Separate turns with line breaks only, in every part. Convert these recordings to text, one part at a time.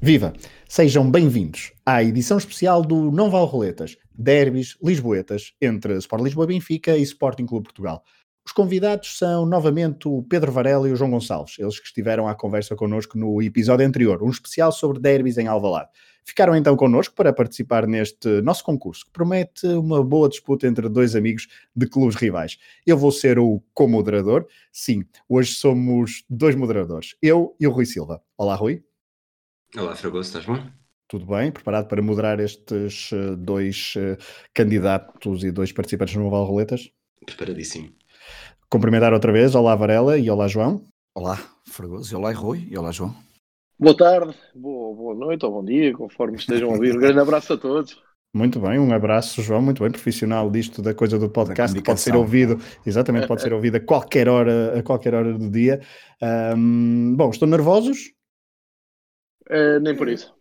Viva! Sejam bem-vindos à edição especial do Não Vale Roletas, derbys lisboetas entre Sport Lisboa e Benfica e Sporting Clube Portugal. Os convidados são novamente o Pedro Varela e o João Gonçalves, eles que estiveram à conversa connosco no episódio anterior, um especial sobre derbys em Alvalade. Ficaram então connosco para participar neste nosso concurso, que promete uma boa disputa entre dois amigos de clubes rivais. Eu vou ser o co-moderador, sim, hoje somos dois moderadores, eu e o Rui Silva. Olá, Rui.
Olá, Fragoso, estás bom?
Tudo bem? Preparado para moderar estes uh, dois uh, candidatos e dois participantes no Val Roletas?
Preparadíssimo.
Cumprimentar outra vez. Olá, Varela e olá, João.
Olá, Fragoso, olá, Rui e olá, João.
Boa tarde, boa, boa noite ou bom dia, conforme estejam a ouvir. Um grande abraço a todos.
Muito bem, um abraço, João, muito bem, profissional disto da coisa do podcast, que pode ser ouvido, exatamente, pode ser ouvido a qualquer hora, a qualquer hora do dia. Um, bom, estão nervosos?
Uh, nem por isso.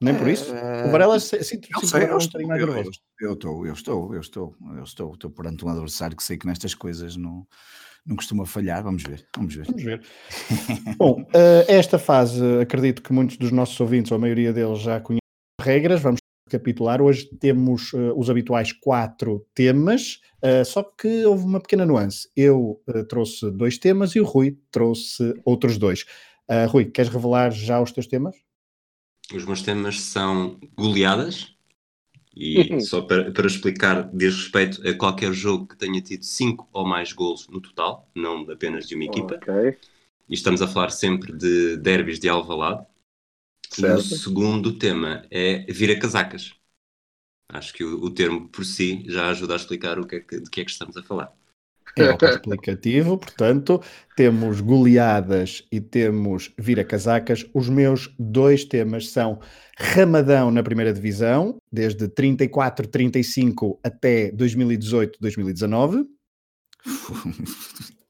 Nem por isso? Uh, o Varela sinto
Eh, não sei, eu, estou, um eu, eu, estou, eu estou, eu estou, eu estou, estou perante um adversário que sei que nestas coisas não, não costuma falhar, vamos ver, vamos ver.
Vamos ver. Bom, uh, esta fase, acredito que muitos dos nossos ouvintes, ou a maioria deles, já conhecem as regras, vamos recapitular. Hoje temos uh, os habituais quatro temas, uh, só que houve uma pequena nuance. Eu eh, trouxe dois temas e o Rui trouxe outros dois. Eh, Rui, queres revelar já os teus temas?
Os meus temas são goleadas, e só para, para, explicar, diz respeito a qualquer jogo que tenha tido 5 ou mais golos no total, não apenas de uma equipa.
Okay.
E estamos a falar sempre de derbys de Alvalade. Certo. E o segundo tema é vira casacas. Acho que o, o, termo por si já ajuda a explicar o que é que, de que é que estamos a falar.
É auto-explicativo, portanto, temos goleadas e temos vira-casacas. Os meus dois temas são Ramadão na primeira divisão, desde 34-35 até 2018-2019.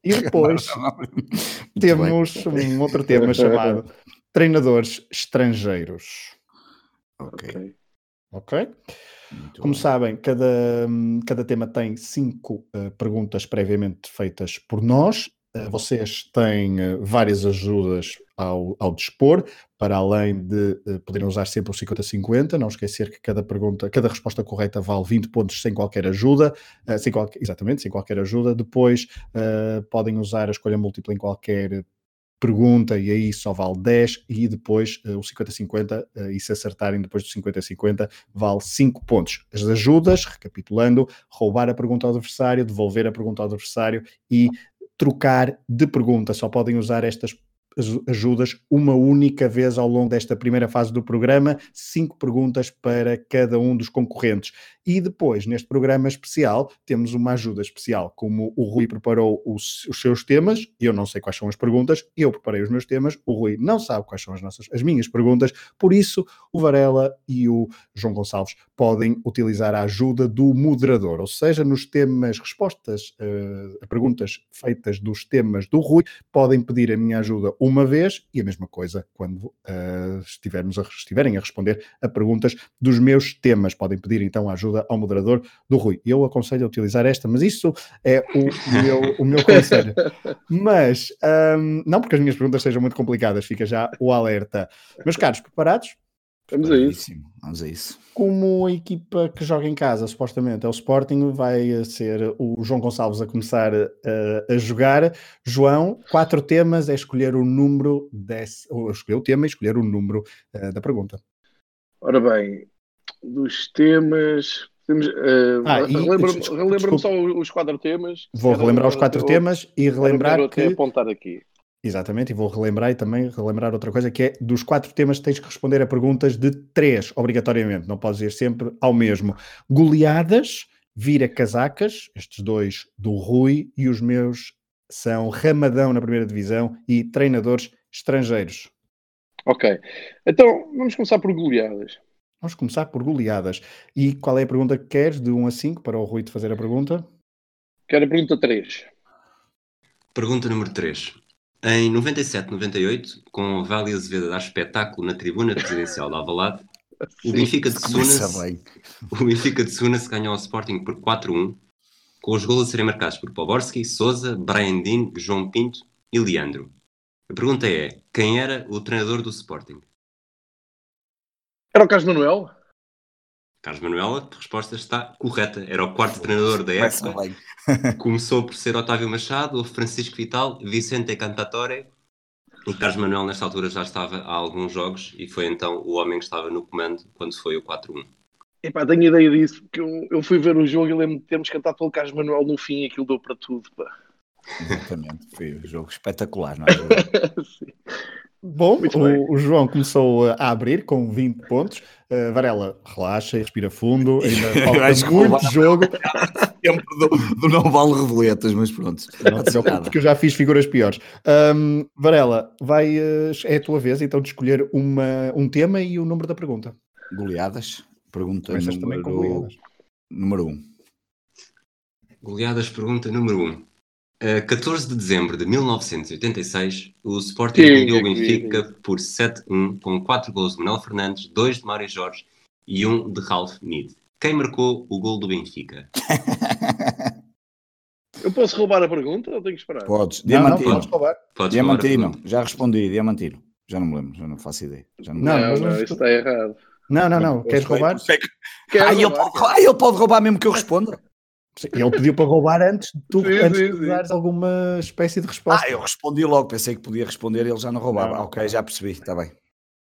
E depois temos um outro tema chamado Treinadores Estrangeiros.
Ok.
Ok. Muito Como bom. sabem, cada, hum, cada tema tem cinco uh, perguntas previamente feitas por nós. Uh, vocês têm uh, várias ajudas ao, ao dispor, para além de eh, poderem usar sempre o 50-50. Não esquecer que cada pergunta, cada resposta correta vale 20 pontos sem qualquer ajuda, eh, sem qual, exatamente, sem qualquer ajuda. Depois eh, podem usar a escolha múltipla em qualquer pergunta e aí só vale 10 e depois uh, o 50-50 uh, e se acertarem depois do 50-50 vale 5 pontos. As ajudas, recapitulando, roubar a pergunta ao adversário, devolver a pergunta ao adversário e trocar de pergunta. Só podem usar estas ajudas uma única vez ao longo desta primeira fase do programa, cinco perguntas para cada um dos concorrentes. E depois, neste programa especial, temos uma ajuda especial. Como o Rui preparou os, os seus temas, eu não sei quais são as perguntas, eu preparei os meus temas, o Rui não sabe quais são as, nossas, as minhas perguntas, por isso o Varela e o João Gonçalves podem utilizar a ajuda do moderador, ou seja, nos temas, respostas a uh, perguntas feitas dos temas do Rui, podem pedir a minha ajuda uma vez e a mesma coisa quando uh, estivermos a, estiverem a responder a perguntas dos meus temas. Podem pedir então ajuda ao moderador do Rui. Eu aconselho a utilizar esta, mas isso é o meu, o meu conselho. Mas um, não porque as minhas perguntas sejam muito complicadas, fica já o alerta. Meus caros, preparados?
Vamos a isso.
Vamos a isso.
Como a equipa que joga em casa, supostamente, é o Sporting, vai ser o João Gonçalves a começar eh, a, a jogar. João, quatro temas é escolher o número desse, ou escolher o tema e escolher o número uh, da pergunta.
Ora bem, dos temas. Temos, uh, ah, relembra-me só os quatro temas. um
Vou relembrar os quatro temas e relembrar que.
apontar aqui.
Exatamente, e vou relembrar e também relembrar outra coisa que é dos quatro temas tens que responder a perguntas de três, obrigatoriamente, não podes ir sempre ao mesmo. Goleadas, vira casacas, estes dois do Rui, e os meus são Ramadão na primeira divisão e treinadores estrangeiros.
Ok, então vamos começar por goleadas.
Vamos começar por goleadas. E qual é a pergunta que queres, de 1 a 5, para o Rui te fazer a pergunta?
Quero a pergunta 3.
Pergunta número 3. Em 97, 98, com Vale Azevedo a dar espetáculo na tribuna presidencial da Alvalade, Sim, o Benfica
é
de Sunas, o Benfica de Sunas ganhou ao Sporting por 4-1, com os golos a serem marcados por Poborski, Souza, Brian Dean, João Pinto e Leandro. A pergunta é, quem era o treinador do Sporting?
Era o Carlos Manuel?
Carlos Manuel, a resposta está correta. Era o quarto treinador da época. Começou por ser Otávio Machado, Francisco Vital, Vicente Cantatore. O Carlos Manuel, nesta altura, já estava há alguns jogos e foi então o homem que estava no comando quando foi o 4-1.
Epá, tenho ideia disso, porque eu, eu fui ver o jogo e lembro-me de termos cantado pelo Carlos Manuel no fim e aquilo deu para tudo. Pá.
Exatamente, foi um jogo espetacular, não é? Sim.
Bom, o, o, João começou a abrir com 20 pontos. Uh, Varela, relaxa e respira fundo. Ainda falta muito jogo.
Sempre do, do, não vale reboletas, mas pronto.
Não te preocupes, porque eu já fiz figuras piores. Um, Varela, vai, é a tua vez então de escolher uma, um tema e o número da pergunta.
Goleadas. Pergunta Começas número... também goleadas. Número 1. Um.
Goleadas, pergunta número 1. Um. A 14 de dezembro de 1986, o Sporting venceu o Benfica sim. por 7-1 com 4 gols de Manuel Fernandes, 2 de Mário Jorge e 1 um de Ralph Nid. Quem marcou o gol do Benfica?
Eu posso roubar a pergunta ou tenho que esperar?
Podes. Diamantino. Não, não, podes roubar. Podes Diamantino. Roubar já respondi. Diamantino. Já não me lembro. Já não faço ideia. Já
não, não, não, não, isso está errado.
Não, não, não. Queres roubar?
Quero ah, roubar. Ele, ah, ele pode roubar mesmo que eu responda?
Ele pediu para roubar antes de tu sim, antes sim, de dares alguma espécie de resposta.
Ah, eu respondi logo, pensei que podia responder e ele já não roubava. Não. Ok, já percebi, está bem.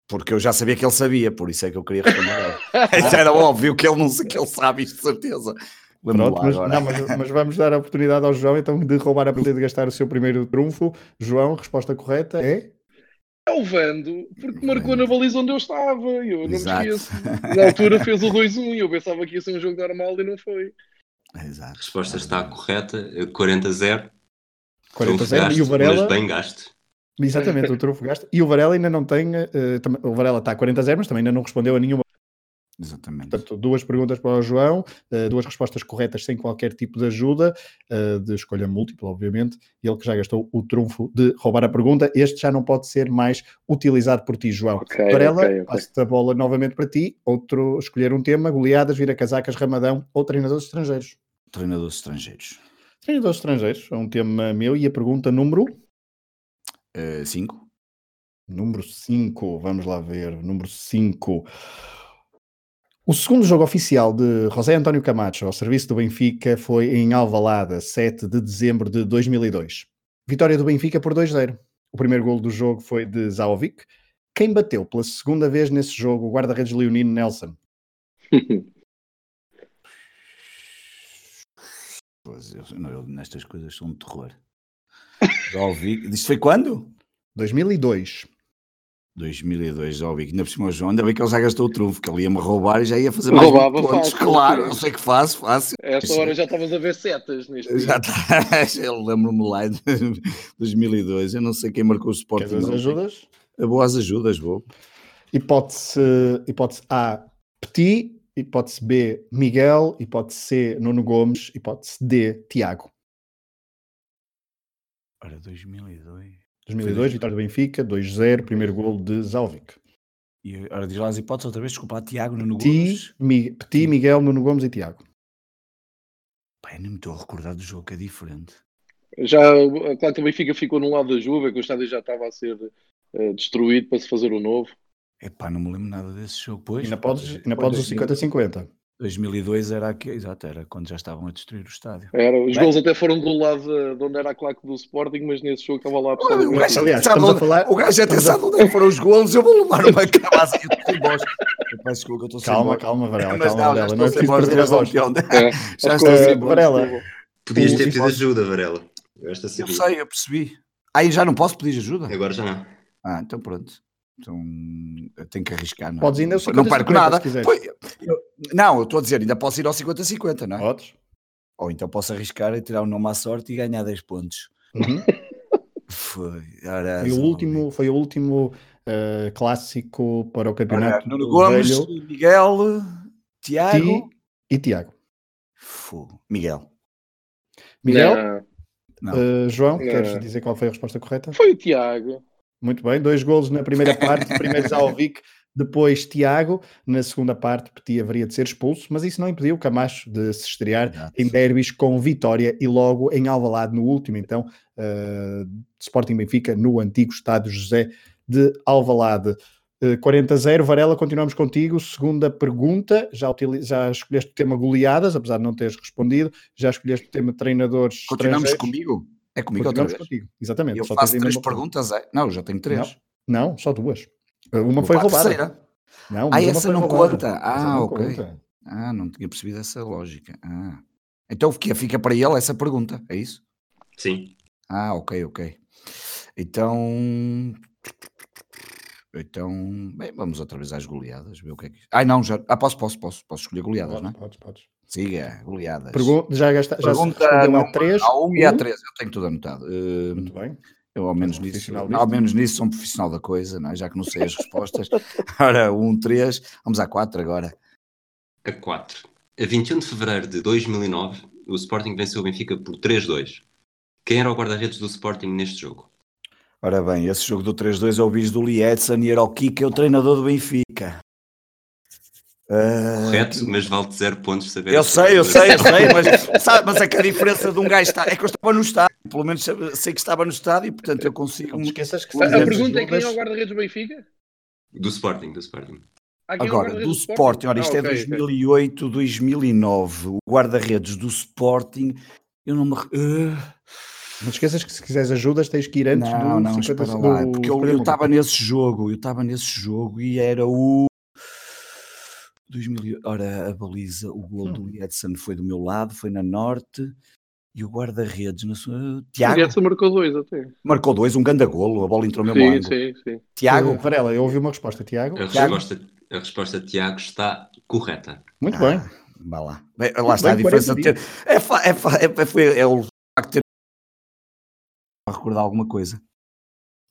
Porque eu já sabia que ele sabia, por isso é que eu queria responder. isso era óbvio que ele não que ele sabe isto de certeza. então
Pronto, mas, não, mas, mas, vamos dar a oportunidade ao João então de roubar a pergunta de gastar o seu primeiro trunfo. João, resposta correta é?
É o Vando, porque marcou na baliza onde eu estava. Eu Exato. não me esqueço. Na altura fez o 2-1 e eu pensava que ia ser um jogo normal e não foi.
Exato. A resposta está correta, 40 a 0.
40 a 0 gasto, e o Varela.
Mas bem gasto.
Exatamente, o trunfo gasto. E o Varela ainda não tem. Uh, o Varela está a 40 a 0, mas também ainda não respondeu a nenhuma.
Exatamente.
Portanto, duas perguntas para o João, uh, duas respostas corretas sem qualquer tipo de ajuda, uh, de escolha múltipla, obviamente. Ele que já gastou o trunfo de roubar a pergunta, este já não pode ser mais utilizado por ti, João. Okay, Varela, okay, okay. passo-te a bola novamente para ti. Outro, escolher um tema: goleadas, vira-casacas, ramadão ou treinadores estrangeiros
treinadores estrangeiros.
Treinadores estrangeiros, é um tema meu. E a pergunta número
5. Uh,
número 5, vamos lá ver. Número 5. O segundo jogo oficial de José António Camacho ao serviço do Benfica foi em Alvalada, 7 de dezembro de 2002. Vitória do Benfica por 2-0. O primeiro gol do jogo foi de Zaovic. Quem bateu pela segunda vez nesse jogo o guarda-redes leonino Nelson?
Eu, não, eu, nestas coisas sou um terror. Já ouvi. Isto foi quando?
2002.
2002, já ouvi. Ainda por cima, João, ainda bem que ele já gastou o trunfo, que ele ia-me roubar e já ia fazer mais Roubava pontos. Fácil. Claro, eu sei que faço, fácil.
Esta hora já estavas a ver setas neste
Já tá, Eu lembro-me lá de 2002. Eu não sei quem marcou o suporte.
Queres as ajudas?
Vou às ajudas, vou.
Hipótese, hipótese A, Petit hipótese B, Miguel, hipótese C, Nuno Gomes, hipótese D, Tiago.
Ora, 2002.
2002, vitória do Benfica, 2-0, primeiro gol de Zalvic.
E ora, diz lá as hipóteses outra vez, desculpa, Tiago, Nuno
Petit,
Gomes.
Mi, Petit, Miguel, Nuno Gomes e Tiago.
Pai, nem me estou a recordar do jogo, que é diferente.
Já, claro que o Benfica ficou num lado da Juve, que o estádio já estava a ser uh, destruído para se fazer o novo.
Epá, não me lembro nada desse jogo, pois.
Ainda podes, ainda podes o 50-50.
2002 era aqui, exato, era quando já estavam a destruir o estádio.
Era, os Bem, gols até foram do lado de onde era a claque do Sporting, mas nesse jogo estava lá a
pessoa. O gajo, aliás, estamos onde, a falar, o gajo até sabe onde é foram os gols, eu vou levar uma assim cabaça e eu
estou sem Calma, calma, Varela, calma, Varela. Não é preciso perder as mãos.
né?
Já estou sem Varela.
Podias ter pedido ajuda, Varela.
Eu sei, eu percebi. Aí já não posso pedir ajuda?
assim Agora já não.
Ah, então pronto. Então tenho que arriscar. Não, é?
Podes ainda
não, não perco nada. Pois, eu, não, eu estou a dizer, ainda posso ir ao 50-50, não é?
Podes.
Ou então posso arriscar e tirar o um nome à sorte e ganhar 10 pontos.
Uhum. Foi,
É
foi, o
um.
último, foi o último uh, clássico para o campeonato.
Nuno Gomes, velho. Miguel, Tiago
Ti e Tiago.
Foi. Miguel.
Miguel? Uh, João, não. queres dizer qual foi a resposta correta?
Foi o Tiago.
Muito bem, dois golos na primeira parte, primeiro Zalvic, depois Tiago. Na segunda parte, Petit haveria de ser expulso, mas isso não impediu Camacho de se estrear Exato. em derbys com vitória e logo em Alvalade, no último, então, uh, Sporting Benfica, no antigo estádio José de Alvalade. Uh, 40-0, Varela, continuamos contigo. Segunda pergunta, já, utiliz... já escolheste o tema goleadas, apesar de não teres respondido, já escolheste o tema treinadores.
Continuamos comigo? É comigo outra
Continuamos
vez?
contigo, exatamente.
Eu
Só
faço
tens aí
três
mesmo-
perguntas? é? Não, eu já tenho três.
Não, só duas. Uh, Uma
Opa,
foi
a
roubada.
terceira.
Não,
Ah,
mas uma
essa
foi
não
roubada.
conta.
Essa
Ah,
não
ok.
conta.
Ah, não tinha percebido essa lógica. Ah. Então o que fica para ele essa pergunta, é isso?
Sim.
Ah, ok, ok. Então. Então. Bem, vamos outra vez às goleadas, ver o que é que. Ai, não, já. Ah, posso, posso, posso. Posso escolher goleadas, não é?
Podes, podes, podes.
Siga, goleadas.
Pergun- já gasta, já se
Pergunta
respondeu a
número-
três.
Há um e há
um.
três, eu tenho tudo anotado. Eh,
Muito bem.
eu, ao menos,
um
nisso,
profissional
ao
disto.
menos nisso, sou um profissional da coisa, não é? já que não sei as respostas. Ora, um, três, vamos à quatro agora.
A 4. A 21 de fevereiro de 2009, o Sporting venceu o Benfica por 3-2. Quem era o guarda-redes do Sporting neste jogo?
Ora bem, esse jogo do 3-2 é o bis do Lee Edson e era o Kika, é o treinador do Benfica.
É.
Ah,
Correto, mas vale 0 pontos saber.
Eu
a
sei, eu
resposta.
sei, eu sei, mas, sabe, mas é que a diferença de um gajo está. É que eu estava no estádio, pelo menos sabe- sei que estava no estádio e portanto eu consigo.
Não te esqueças que
A- a
A,
fizemos
pergunta é
as
quem é o
jogas-
guarda-redes do Benfica?
Do Sporting, do Sporting.
Há quem é o
Agora, do
guarda-redes
Sporting, ora, isto
Ah,
é
ok, ok.
2008, 2009. O guarda-redes do Sporting, eu não me. re- Ah,
Não te esqueças que se quiseres ajudas tens que ir antes
não,
do
não,
50
espera lá,
do um,
porque eu-
40.
eu estava nesse jogo, eu estava nesse jogo e era o. 2000, ora, a baliza, o gol
Hum.
do Edson foi do meu lado, foi na Norte. E o guarda-redes, na sua-
O
Tiago,
Getson marcou dois até.
Marcou dois, um ganda golo, a bola entrou mesmo ao
Sim,
ângulo.
sim, sim.
Tiago
Tiago,
Varela, eu ouvi uma resposta, Tiago.
A
Tiago?
resposta, a resposta de Tiago está correta.
Muito
Ah,
bem.
vá lá. Bem, lá está a
bem,
diferença de
40
ter. É, fa- é, fa- é, é- foi- é o facto de ter. Para recordar alguma coisa.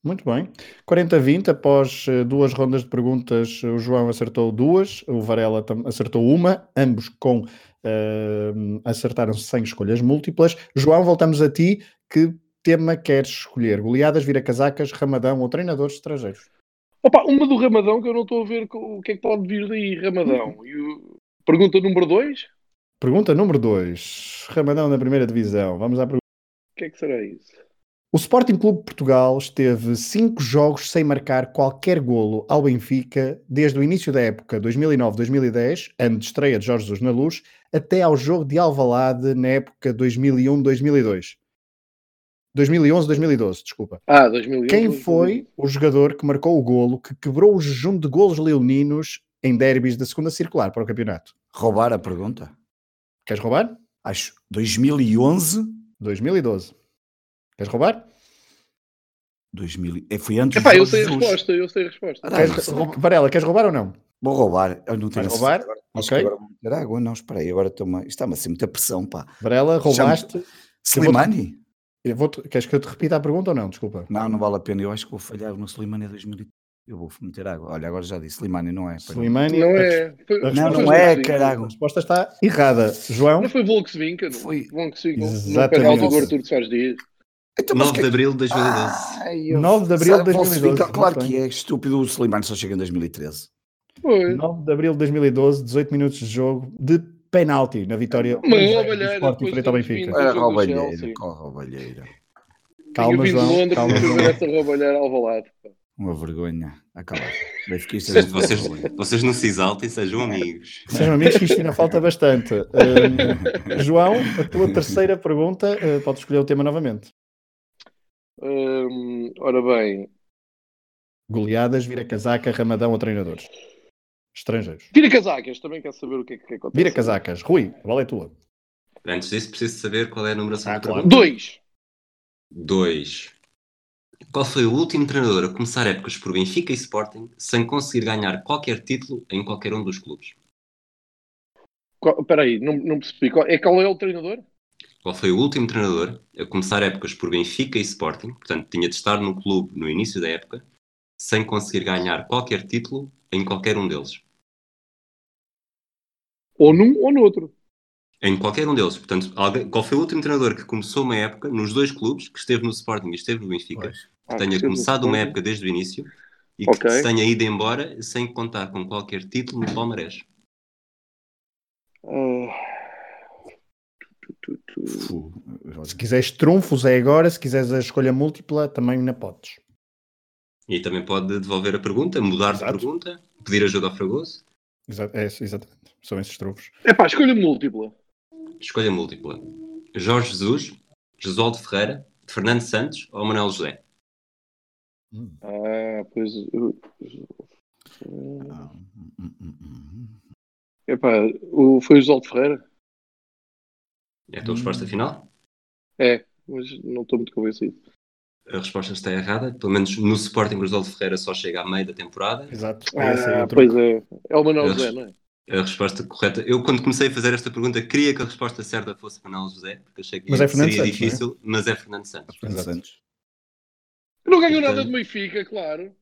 Muito bem. 40-20, após eh, duas rondas de perguntas, o João acertou duas, o Varela tam- acertou uma, ambos com eh, acertaram-se sem escolhas múltiplas. João, voltamos a ti. Que tema queres escolher? Goleadas, vira-casacas, ramadão ou treinadores estrangeiros?
Opa, uma do Ramadão que eu não estou a ver co- o que é que pode vir daí, Ramadão. E o- Pergunta número 2, o
Pergunta número 2. Ramadão na primeira divisão. Vamos à pergunta.
que é que será isso?
O Sporting Clube de Portugal esteve cinco jogos sem marcar qualquer golo ao Benfica desde o início da época 2009-2010, ano de estreia de Jorge Jesus na Luz, até ao jogo de Alvalade na época 2001-2002. 2011-2012, desculpa.
Ah, 2001.
Quem foi o jogador que marcou o golo que quebrou o jejum de golos leoninos em derbys da segunda circular para o campeonato?
Roubar a pergunta?
Queres roubar?
Acho 2011.
2012. Queres roubar?
2000, é, foi antes do
Epá, eu
Jorge
sei a
Jesus.
resposta, eu sei a resposta.
Ah, dá,
Queres,
vou-
Varela, queres roubar ou não?
Vou roubar. Eu não tenho
Vais roubar?
Agora, acho
Ok.
que agora vou meter água. Não, espera aí, agora estou-me a- isto está-me a ser muita pressão, pá.
Varela, roubaste. Eu vou-
Slimani?
Eu vou queres que eu te repita a pergunta ou não? Desculpa.
Não, não vale a pena. Eu acho que vou falhar no Slimani 2000. Eu vou meter água. Olha, agora já disse. Slimani não é. pois não.
Slimani.
Não
a
é. Foi-
a
Não,
resposta
não é,
Volkswagen.
A
carago.
resposta está errada. João,
Não foi Volkswagen, não?
Foi-
Volkswagen, no
Exatamente.
canal do Artur de Soares Dias.
Então, mas
9
que-
de abril de 2012.
Ai, eu-
9 de abril de
Sabe, posso
2012,
ficar- Claro
muito
que é estúpido, o Slimani só chega em 2013.
Foi.
9 de abril de 2012, 18 minutos de jogo de penalti na vitória
Uma
1-0
roubalheira,
do Sporting
depois
frente ao
temos
Benfica.
vindo.
Era
jogo do
roubalheira,
Chelsea.
qual roubalheira.
Calma,
Tinha vindo de
João.
Londres
Calma,
para
João.
jogar essa roubalhar ao Valado.
Uma vergonha. Acaba. Benfiquistas
Vocês,
de
vocês,
vergonha.
vocês não se exaltem, sejam amigos.
Sejam amigos que isto ainda falta bastante. Hum, João, a tua terceira pergunta, eh, podes escolher o tema novamente.
Hum, ora bem,
Goleadas, vira-casaca, ramadão ou treinadores? Estrangeiros.
vira casacas, também quero saber o que é que acontece.
Vira-casacas. Rui, a bola é tua.
Antes disso, preciso saber qual é a numeração
Ah,
do
claro.
trabalho.
Dois.
2. Qual foi o último treinador a começar épocas por Benfica e Sporting sem conseguir ganhar qualquer título em qualquer um dos clubes?
Qual- Espera aí, não, não percebi. Qual, é qual é o treinador?
Qual foi o último treinador a começar épocas por Benfica e Sporting, portanto tinha de estar no clube no início da época, sem conseguir ganhar qualquer título em qualquer um deles?
Ou num ou no outro.
Em qualquer um deles. Portanto, alguém- qual foi o último treinador que começou uma época nos dois clubes, que esteve no Sporting e esteve no Benfica,
Ah,
que tenha
percebo.
começado um uma época desde o início e
Ok.
que se tenha ido embora sem contar com qualquer título no Palmarés?
Ah. Tu, tu, tu.
Fu-
Se quiseres trunfos é agora, se quiseres a escolha múltipla, também na podes.
E também pode devolver a pergunta, mudar
Exato.
de pergunta, pedir ajuda ao Fragoso.
Exa- é, exatamente. São esses trufos.
É pá, escolha múltipla.
Escolha múltipla. Jorge Jesus, Josualdo Ferreira, Fernando Santos ou Manuel José?
Ah, pois.
Ah, hum, hum, hum, hum.
É pá, o, foi o Oswaldo Ferreira?
É a tua
Hum.
resposta final?
É, mas não estou muito convencido.
A resposta está errada. Pelo menos no Sporting, Josualdo Ferreira só chega a meio da temporada.
Exato. É esse aí
Ah,
o truque.
pois é. É o Manuel
Eles-
Zé, não é?
A resposta correta. Eu, quando comecei a fazer esta pergunta, queria que a resposta certa fosse Manuel José, porque achei que
Mas é Fernando
seria
Santos, não é?
difícil, mas é Fernando Santos.
Fernando
Exato.
Santos.
Não ganhou nada
Portanto-
de Benfica, claro.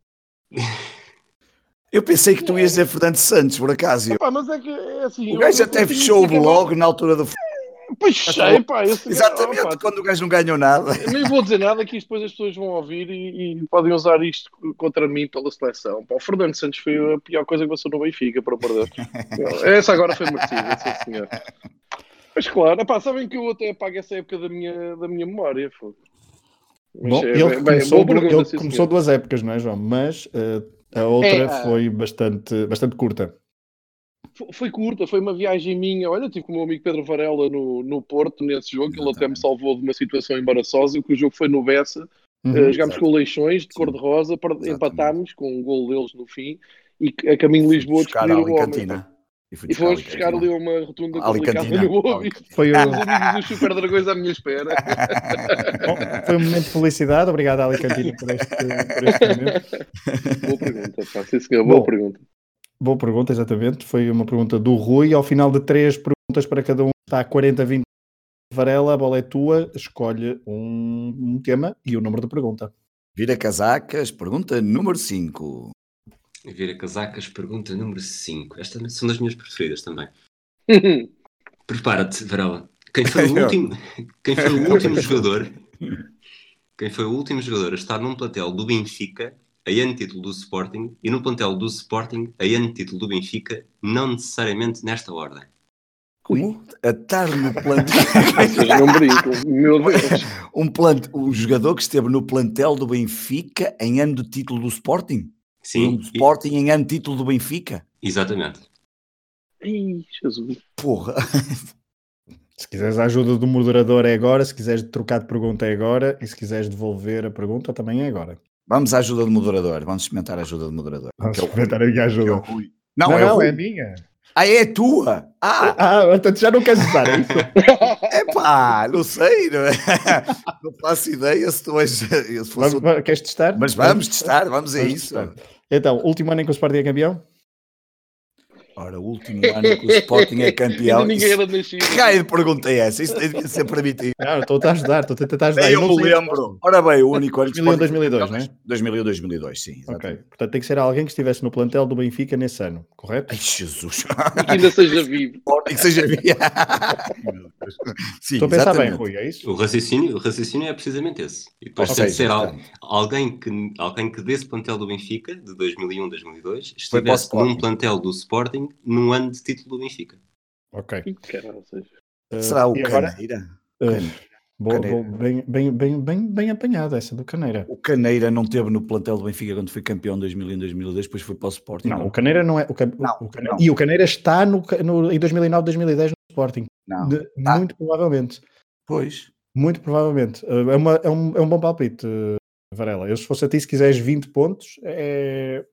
Eu pensei que tu ias dizer Fernando Santos, por acaso. eu-
Pá, mas é que é assim.
O gajo até fechou o blog na altura do.
Pois sei, pá. esse é gajo-
Exatamente,
opa,
quando o gajo não ganhou nada.
Eu nem vou dizer nada que isto depois as pessoas vão ouvir e, e podem usar isto contra mim pela seleção. Pá, o Fernando Santos foi a pior coisa que passou no Benfica, para perder. Essa agora foi merecida, sim senhor. Mas claro, pá, sabem que eu até apago essa época da minha, da minha memória. fogo. Mas
Bom,
é,
ele
bem- bem,
começou,
boa pergunta,
ele
sim,
começou
senhor.
duas épocas, não é, João? Mas eh, a outra
É, ah.
foi bastante, bastante curta.
Fo- Foi curta, foi uma viagem minha. Olha, tive com o meu amigo Pedro Varela no, no Porto, nesse jogo, que ele até me salvou de uma situação embaraçosa, que o jogo foi no Bessa,
Uhum.
Uh, jogámos
Exato.
com o Leixões de cor-de-rosa, per-
Exatamente.
empatámos com um gol deles no fim e c- a caminho de Lisboa
Buscar
descobriram
a
o homem. pá.
Alicantina. fui
E fomos
buscar né? a
buscar ali uma rotunda complicada
Alicantina.
no ovo e
Foi, o,
os amigos dos Super Dragões à minha espera.
bom, foi um momento de felicidade. Obrigado, Ali Cantina, por este, por este momento.
boa pergunta, pá. Sim, senhor, boa
Bom.
pergunta.
Boa pergunta, exatamente. Foi uma pergunta do Rui. Ao final de três perguntas para cada um, está a 40, 20. Varela, a bola é tua. Escolhe um, um tema e o número da pergunta.
Vira casacas, pergunta número 5.
Vira Casacas, pergunta número 5. Estas também são das minhas preferidas também. Prepara-te, Varela. Quem foi o
Eu.
último, quem foi o último jogador? Quem foi o último jogador a estar num plantel do Benfica a ano título do Sporting e no plantel do Sporting a ano título do Benfica, não necessariamente nesta ordem.
Como? Um, A estar no plantel.
Vocês não brincam, meu Deus.
um, plant... um jogador que esteve no plantel do Benfica em ano do título do Sporting.
Sim,
Um
e-
Sporting em ano de título do Benfica.
exatamente.
Ai, Jesus.
Porra.
Se quiseres a ajuda do moderador, é agora. Se quiseres trocar de pergunta, é agora. E se quiseres devolver a pergunta, também é agora.
Vamos à ajuda do moderador. Vamos experimentar a ajuda do moderador.
Vamos
Que é o-
comentar aqui a
que é o
ajuda.
Rui. Não, é, o... Rui.
minha.
Ah, é a tua. Ah,
Ah, portanto já não queres usar, é isso?
epá, não sei. Não, é? Não faço ideia se tu és. se fosse
Vamos-
outro-
vamos- queres testar?
Mas vamos testar, vamos a
Vamos
isso.
testar. Então, último ano em que o Sporting é campeão?
Ora, o último ano que o Sporting é campeão.
Ainda ninguém
Isso...
era nascido.
Que raio de pergunta é essa? Isso devia ser permitido.
Não, Ah, estou a ajudar, estou a tentar ajudar.
Nem eu
não
me
sei a resposta.
lembro. Ora bem, o único ano que o
2001,
Sporting foi
2002,
campeão,
não é?
2000, 2002, sim.
Ok,
exatamente.
portanto tem que ser alguém que estivesse no plantel do Benfica nesse ano, correto?
Ai, Jesus.
E que ainda seja vivo.
Sporting seja via. Meu Deus. sim,
Estou a pensar bem,
exatamente.
Rui, é isso?
O raciocínio, o raciocínio é precisamente esse. E
Ou
depois tem de
seja,
ser al-
portanto,
alguém que, alguém que desse plantel do Benfica, de 2001-2002,
Foi para o
estivesse
Sporting.
num plantel do Sporting num ano de título do Benfica.
Ok.
Ih, Caralho, seja.
Eh,
será o
e agora?
Caneira?
Eh, boa-
Caneira.
boa- bem, bem, bem, bem, bem apanhada essa do Caneira.
O Caneira não teve no plantel do Benfica quando foi campeão em 2001, 2002, depois foi para o Sporting.
Não, o Caneira não é. O, Can-
Não,
o Caneira-
não.
E o Caneira está no, ca- no- em 2009, 2010 no Sporting.
Não,
De-
tá.
Muito provavelmente.
Pois.
Muito provavelmente. Uh, É, uma- é um, é um bom palpite, uh, Varela. Eu, se fosse a ti, se quiseres 20 pontos, é,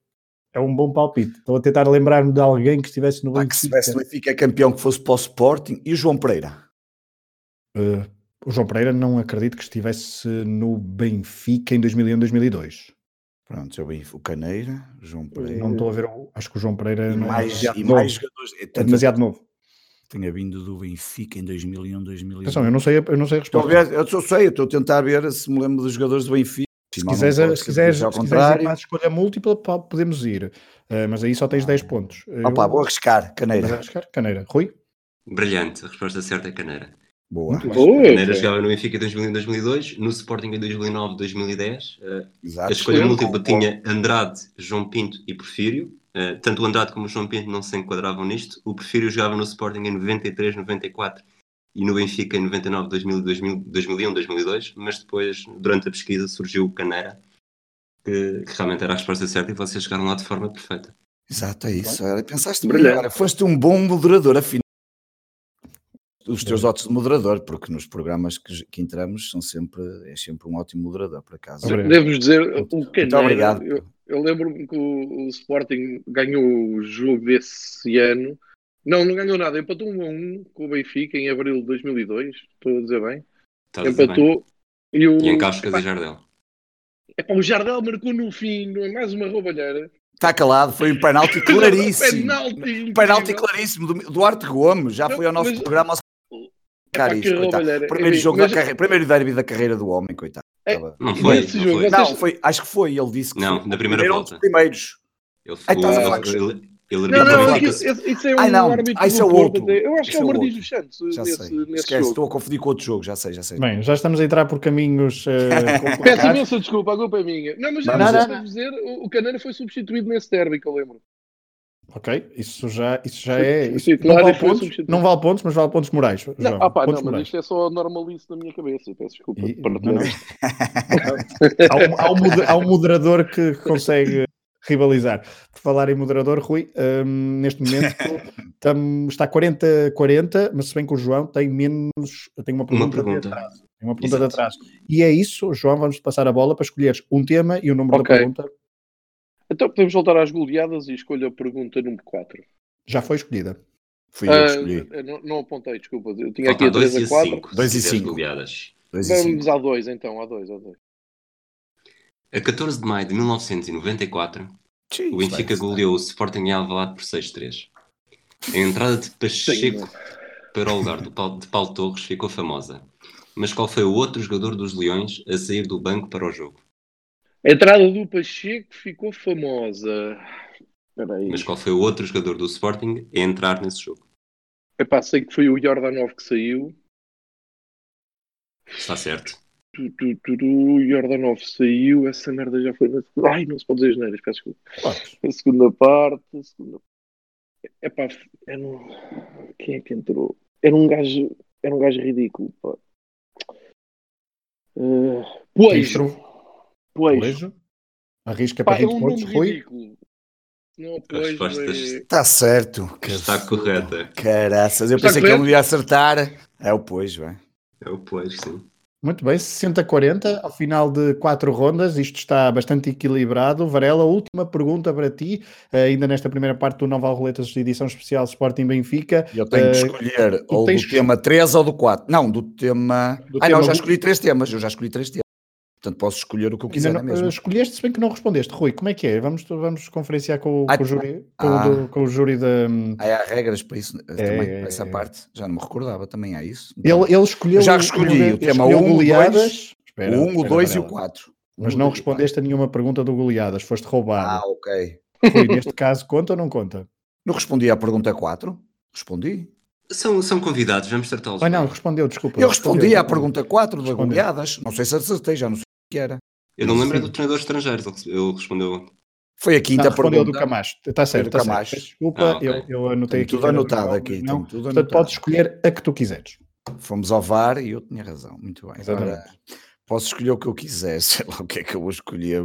é um bom palpite. Estou a tentar lembrar-me de alguém que estivesse no
Pá,
Benfica.
que se tivesse no Benfica campeão que fosse para o Sporting e o João Pereira.
Uh, o João Pereira não acredito que estivesse no Benfica em 2001, 2002.
Pronto, já vi o Caneira, João Pereira.
Não estou a ver. o- Acho que o João Pereira
é. E
não é
mais,
demasiado
e
novo.
mais jogadores. É,
É
tanto-
demasiado novo.
Tinha vindo do Benfica em 2001, 2002.
Atenção, eu não sei, a- eu não sei a
Estou a
resposta.
ver, eu só sei, eu estou a tentar ver se me lembro dos jogadores do Benfica.
Se quiseres,
Não, não
se
posso,
quiseres, se
ao
quiseres ir
contrário.
para a escolha múltipla, po- podemos ir. Uh, mas aí só tens 10 pontos. Eh,
Opa,
Eu-
vou arriscar,
mas é
Caneira.
arriscar. Caneira. Rui?
Brilhante, a resposta certa é Caneira.
Boa.
Boa,
Caneira
pá.
jogava no Benfica em 2001, 2002, no Sporting em 2009, 2010. Eh, a
Exato.
escolha
Sim.
múltipla tinha Andrade, João Pinto e Porfírio. Eh, tanto o Andrade como o João Pinto não se enquadravam nisto. O Porfírio jogava no Sporting em 93, 94 e no Benfica em 99, um, 2000, 2000, 2001, 2002. Mas depois, durante a pesquisa, surgiu o Caneira que, que realmente era a resposta certa e vocês chegaram lá de forma perfeita.
Exato, é isso. Olha, pensaste
Brilhante.
brilhante. Olha, foste um bom moderador, afinal. Os teus dotes de moderador, porque nos programas que, que entramos são sempre, é sempre um ótimo moderador, por acaso.
Obrigado.
Devo-vos dizer, o
Muito
Caneira,
obrigado.
eu, eu lembro-me que o, o Sporting ganhou o jogo desse ano. Não, não ganhou nada. Empatou 1 a 1 com o Benfica em abril de 2002. Estou a dizer bem.
Estás a dizer bem?
Empatou. E o,
E em Cascas e Jardel.
epá, o Jardel marcou no fim, não é mais uma roubalheira.
Está calado, foi um penalti claríssimo.
Penalti.
Um penalti
incrível.
claríssimo do Duarte Gomes, já foi ao nosso
Mas-
programa. ao
Epá,
sacar
que
isto, coitado.
roubalheira.
Primeiro
Enfim,
jogo
mas
da carreira, primeiro derby da carreira do homem, coitado.
É-
Estava-
Não
E
foi,
nesse
não
jogo,
foi.
é- mas-
Não, foi, acho que foi, ele disse que
Não,
foi.
na primeira
Era um
volta.
dos primeiros.
Ele
Ah,
ficou.
estás a falar.
ele ele
Não,
arbitrou
não,
Benfica-
isso, isso é um
Ah, não,
árbitro
ah, isso
do
é o
Porto
outro.
até. Eu acho que
Isso
é
é
o
o
Martins
outro.
dos Santos
Já
nesse,
sei.
nesse
Esquece,
jogo.
estou a confundir com outro jogo, já sei, já sei.
Bem, já estamos a entrar por caminhos eh,
Peço
complicados.
imensa desculpa, a culpa é minha. Não, mas
Não,
era
não,
só
não.
para dizer, o o Caneira foi substituído nesse derby que eu lembro.
ok, isso já, isso já é.
Sim,
Isso
sim,
não,
claro,
vale
isso foi
pontos,
substituído.
não vale pontos, mas vale pontos morais.
Não,
João,
ah pá,
pontos
não, mas
morais.
isto é só normalice na minha cabeça. Peço desculpa.
E-
por
não, não.
ter-
há, um, há um moder- há um moderador que consegue rivalizar. Por falar em moderador, Rui, hum, neste momento tam- está 40-40, mas se bem que o João tem menos. Tem uma pergunta,
Uma pergunta.
de atraso. Tem uma pergunta de
Exato.
atraso. E é isso, João, vamos passar a bola para escolheres um tema e o número
Ok.
da pergunta.
Então podemos voltar às goleadas e escolho a pergunta número 4.
Já foi escolhida.
Fui
Ah,
eu que escolhi.
não, não apontei, desculpa. Eu tinha
Falta
aqui a
2
3
e
a 4.
5.
Ah, Dois e cinco.
goleadas.
Dois e cinco.
Vamos à 2 então, à 2, à 2.
A 14 de maio de 1994,
Sim,
o Benfica goleou o Sporting em Alvalade por 6-3. A entrada de Pacheco para o lugar do Paulo- de Paulo Torres ficou famosa. Mas qual foi o outro jogador dos Leões a sair do banco para o jogo?
A entrada do Pacheco ficou famosa. Espera aí.
Mas qual foi o outro jogador do Sporting a entrar nesse jogo?
Epá, sei que foi o Jordanov que saiu.
Está certo.
Tu, tu, tu, tu, Jordanov saiu, essa merda já foi. na- Ai, não se pode dizer as neiras, peço desculpa.
Podes.
A segunda parte, a segunda. Epá, era um. Quem é que entrou? Era um gajo. Era um gajo ridículo, pá. Uh, Poejo.
Ministro
Poejo.
Coelho. Arrisca
Pá,
para
é
20
um
pontos,
nome
Rui.
ridículo. Não,
A
Poejo.
resposta
É...
Está Tá certo.
Está correta.
Caraças, eu
Está
pensei que ele
correto?
não ia acertar. É o pois, bem.
É o Pois, sim.
Muito bem, 60-40, ao final de quatro rondas, isto está bastante equilibrado. Varela, última pergunta para ti, eh, ainda nesta primeira parte do Nova Roletas de edição especial Sporting Benfica.
Eu tenho que
Eh,
escolher
tu
ou
tens
do
que-
tema 3 ou do 4. Não, do tema.
Do
ah,
tema
não, já
do-
escolhi três temas. Eu já escolhi três temas. Portanto, posso escolher o que eu
Ainda
quiser
não,
não, mesmo.
eh, escolheste, se bem que não respondeste. Rui, como é que é? Vamos, vamos conferenciar com, o-
Ah,
com o júri, com, o
ah.
do- com o júri da.
Aí há regras para isso eh,
É,
também,
é,
para essa
é.
parte. Já não me recordava, também há isso. Então,
Ele, ele escolheu.
Eu já escolhi
ele
o tema
escolheu
um, dois, Um,
Espera,
o 1, o
espera,
2 e o
Varela.
4.
Mas não respondeste a nenhuma pergunta do goleadas, foste
Ah,
roubado.
ok.
Rui, neste caso, conta ou não conta?
Não respondi à pergunta 4? Respondi.
São, são convidados, vamos tratá-los.
Ah, não,
bem.
respondeu, desculpa.
Eu respondi
respondeu.
à pergunta 4 das
Respondeu.
goleadas. Não sei se acertei, já não sei o que era.
Eu não lembro é
Sim.
do treinador estrangeiro, ele- ele respondeu
Foi a quinta
Não, respondeu do
pergunta.
Camacho. Está certo,
Do
está certo.
Camacho.
Peço Desculpa,
Ah, ok.
eu, eu anotei
Tenho
aqui.
tudo
cada
anotado
nome,
aqui.
mas
Não.
Não.
Tudo
Portanto,
anotado.
podes escolher a que tu quiseres.
Fomos ao VAR e eu tinha razão. Muito bem.
Exatamente.
Ora, posso escolher o que eu quiser. Sei lá o que é que eu vou escolher.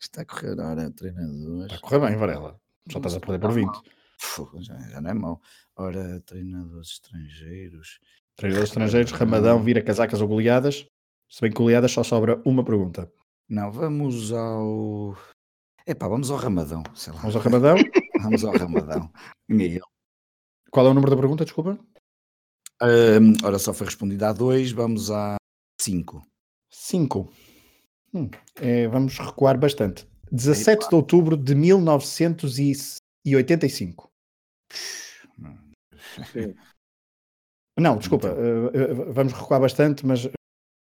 Está a correr. Ora, treinador.
Está a correr bem, Varela. Só estás a perder por 20.
Fogo, já, já não é mau. Ora, treinadores estrangeiros.
Treinadores estrangeiros, Ramadão, vira casacas ou goleadas. Se bem que goleadas só sobra uma pergunta.
Não, vamos ao. Epá, vamos ao Ramadão. Sei lá.
Vamos ao Ramadão.
Vamos ao Ramadão. é Miguel.
Qual é o número da pergunta? Desculpa.
Ahm, ora, só foi respondida a 2, vamos à 5.
5. Hum, é, vamos recuar bastante. 17 de outubro de 1985.
Sim.
Não, desculpa. eh, eh, vamos recuar bastante, mas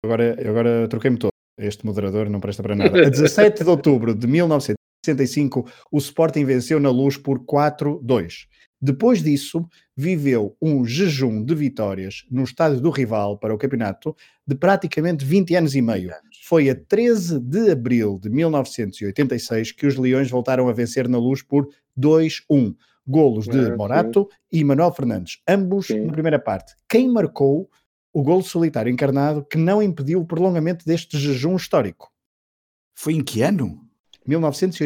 agora, agora troquei-me todo. Este moderador não presta para nada. A 17 de outubro de 1965, o Sporting venceu na luz por 4-2. Depois disso, viveu um jejum de vitórias no estádio do rival para o campeonato de praticamente 20 anos e meio. Foi a 13 de abril de 1986 que os Leões voltaram a vencer na luz por 2-1. Golos de
Ah, sim.
Morato e Manuel Fernandes, ambos
Sim.
na primeira parte. Quem marcou o golo solitário encarnado que não impediu o prolongamento deste jejum histórico?
Foi em que ano?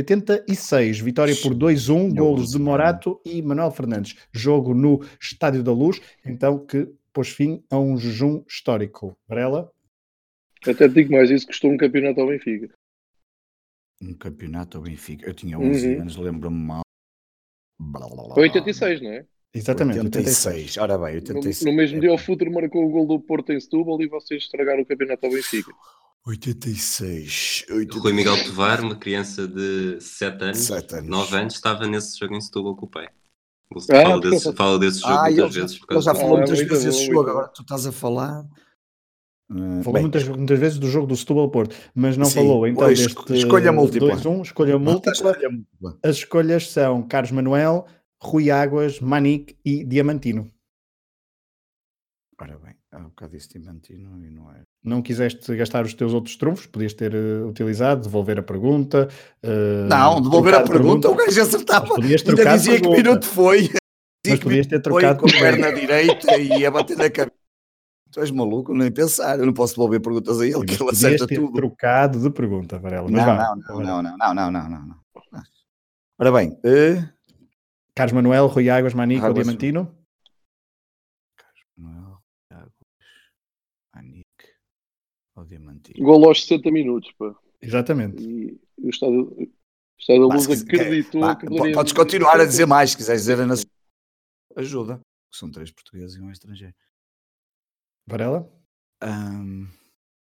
1986, vitória por 2-1, golos de Morato e Manuel Fernandes. Jogo no Estádio da Luz, então que pôs fim a um jejum histórico. Varela?
Até te digo mais, isso custou um campeonato ao Benfica.
Um campeonato ao Benfica. Eu tinha 11
Uhum.
anos, lembro-me mal.
Blá, blá,
Ah,
blá. Foi 86, não é?
Exatamente,
86. 86. Ora bem, 86.
No, no mesmo dia, o Futuro marcou o gol do Porto em Setúbal e vocês estragaram o campeonato ao Benfica.
86.
86. Rui Miguel Tovar, uma criança de 7 anos,
Sete anos.
9 anos, estava nesse jogo em Setúbal com o pai. Ele
Ah,
fala,
porque-
desse, fala desse jogo
É? Ah, ele
muitas
já,
vezes. por
ele
causa
já
do-
falou
Ah,
muitas
muito
vezes
bom,
esse
muito
jogo,
bom.
agora tu estás a falar. Ah,
Falou
bem,
muitas, muitas vezes do jogo do Setúbal Porto, mas não
Sim,
falou. Então,
pois,
deste
escolha múltipla.
2-1, escolha múltipla.
escolha múltipla.
As escolhas são Carlos Manuel, Rui Águas, Manique e Diamantino.
Ora bem, há um bocado disse Timantino e não é.
Não quiseste gastar os teus outros trunfos, podias ter eh, utilizado, devolver a pergunta. eh,
Não, devolver a
trocar
pergunta, o gajo
Mas
acertava.
podias trocar
Ainda
a
dizia que
pergunta,
minuto foi.
Mas
Dizia que
podias ter
foi
trocado
com a perna direita e a bater na cabeça. Tu és maluco? Nem pensar. Eu não posso devolver perguntas a ele,
Mas
que ele
podias
acerta
ter
tudo.
trocado de pergunta, Varela. Mas
Não,
vá,
não, não,
Varela.
não, não, não, não, não, não, não. Ora bem, eh,
Carlos Manuel, Rui Águas, Manique ou
Águas.
Diamantino?
Manuel, Águas, Anic, ou Diamantino.
Gol aos 60 minutos, pá.
Exatamente.
E o Estádio, o Estádio da
é, Pá,
Luz
se quiser-
acreditou
Vá,
que poderia-
Podes continuar a dizer mais, se quiseres dizer a nação. Ajuda. São três portugueses e um estrangeiro.
Varela?
Ahm,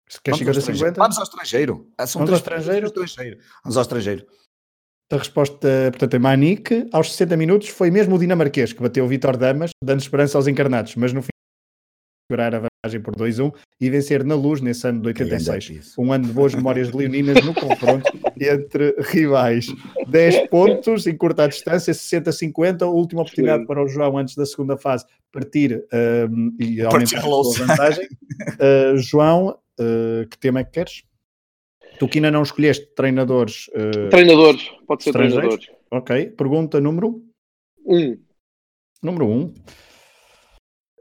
Se queres chegar a
vamos, ao estrangeiro.
50?
vamos ao estrangeiro. Ah, são
Vamos
três
ao estrangeiro?
portugueses e um estrangeiro. Vamos ao estrangeiro.
A resposta, portanto, é Manique. Aos 60 minutos foi mesmo o dinamarquês que bateu o Vitor Damas, dando esperança aos encarnados, mas no fim segurar a vantagem por 2-1 e vencer na luz nesse ano de 86.
é
Um ano de boas memórias leoninas no confronto entre rivais. 10 pontos em curta distância, 60-50, última oportunidade
Excelente.
para o João antes da segunda fase partir ahm, e aumentar a
louça.
sua vantagem. Ah, João, ah, que tema é que queres? Tu que ainda não escolheste treinadores ah,
Treinadores, pode ser
Estrangeiros?
treinadores.
Ok, pergunta número
Um,
número 1. Um.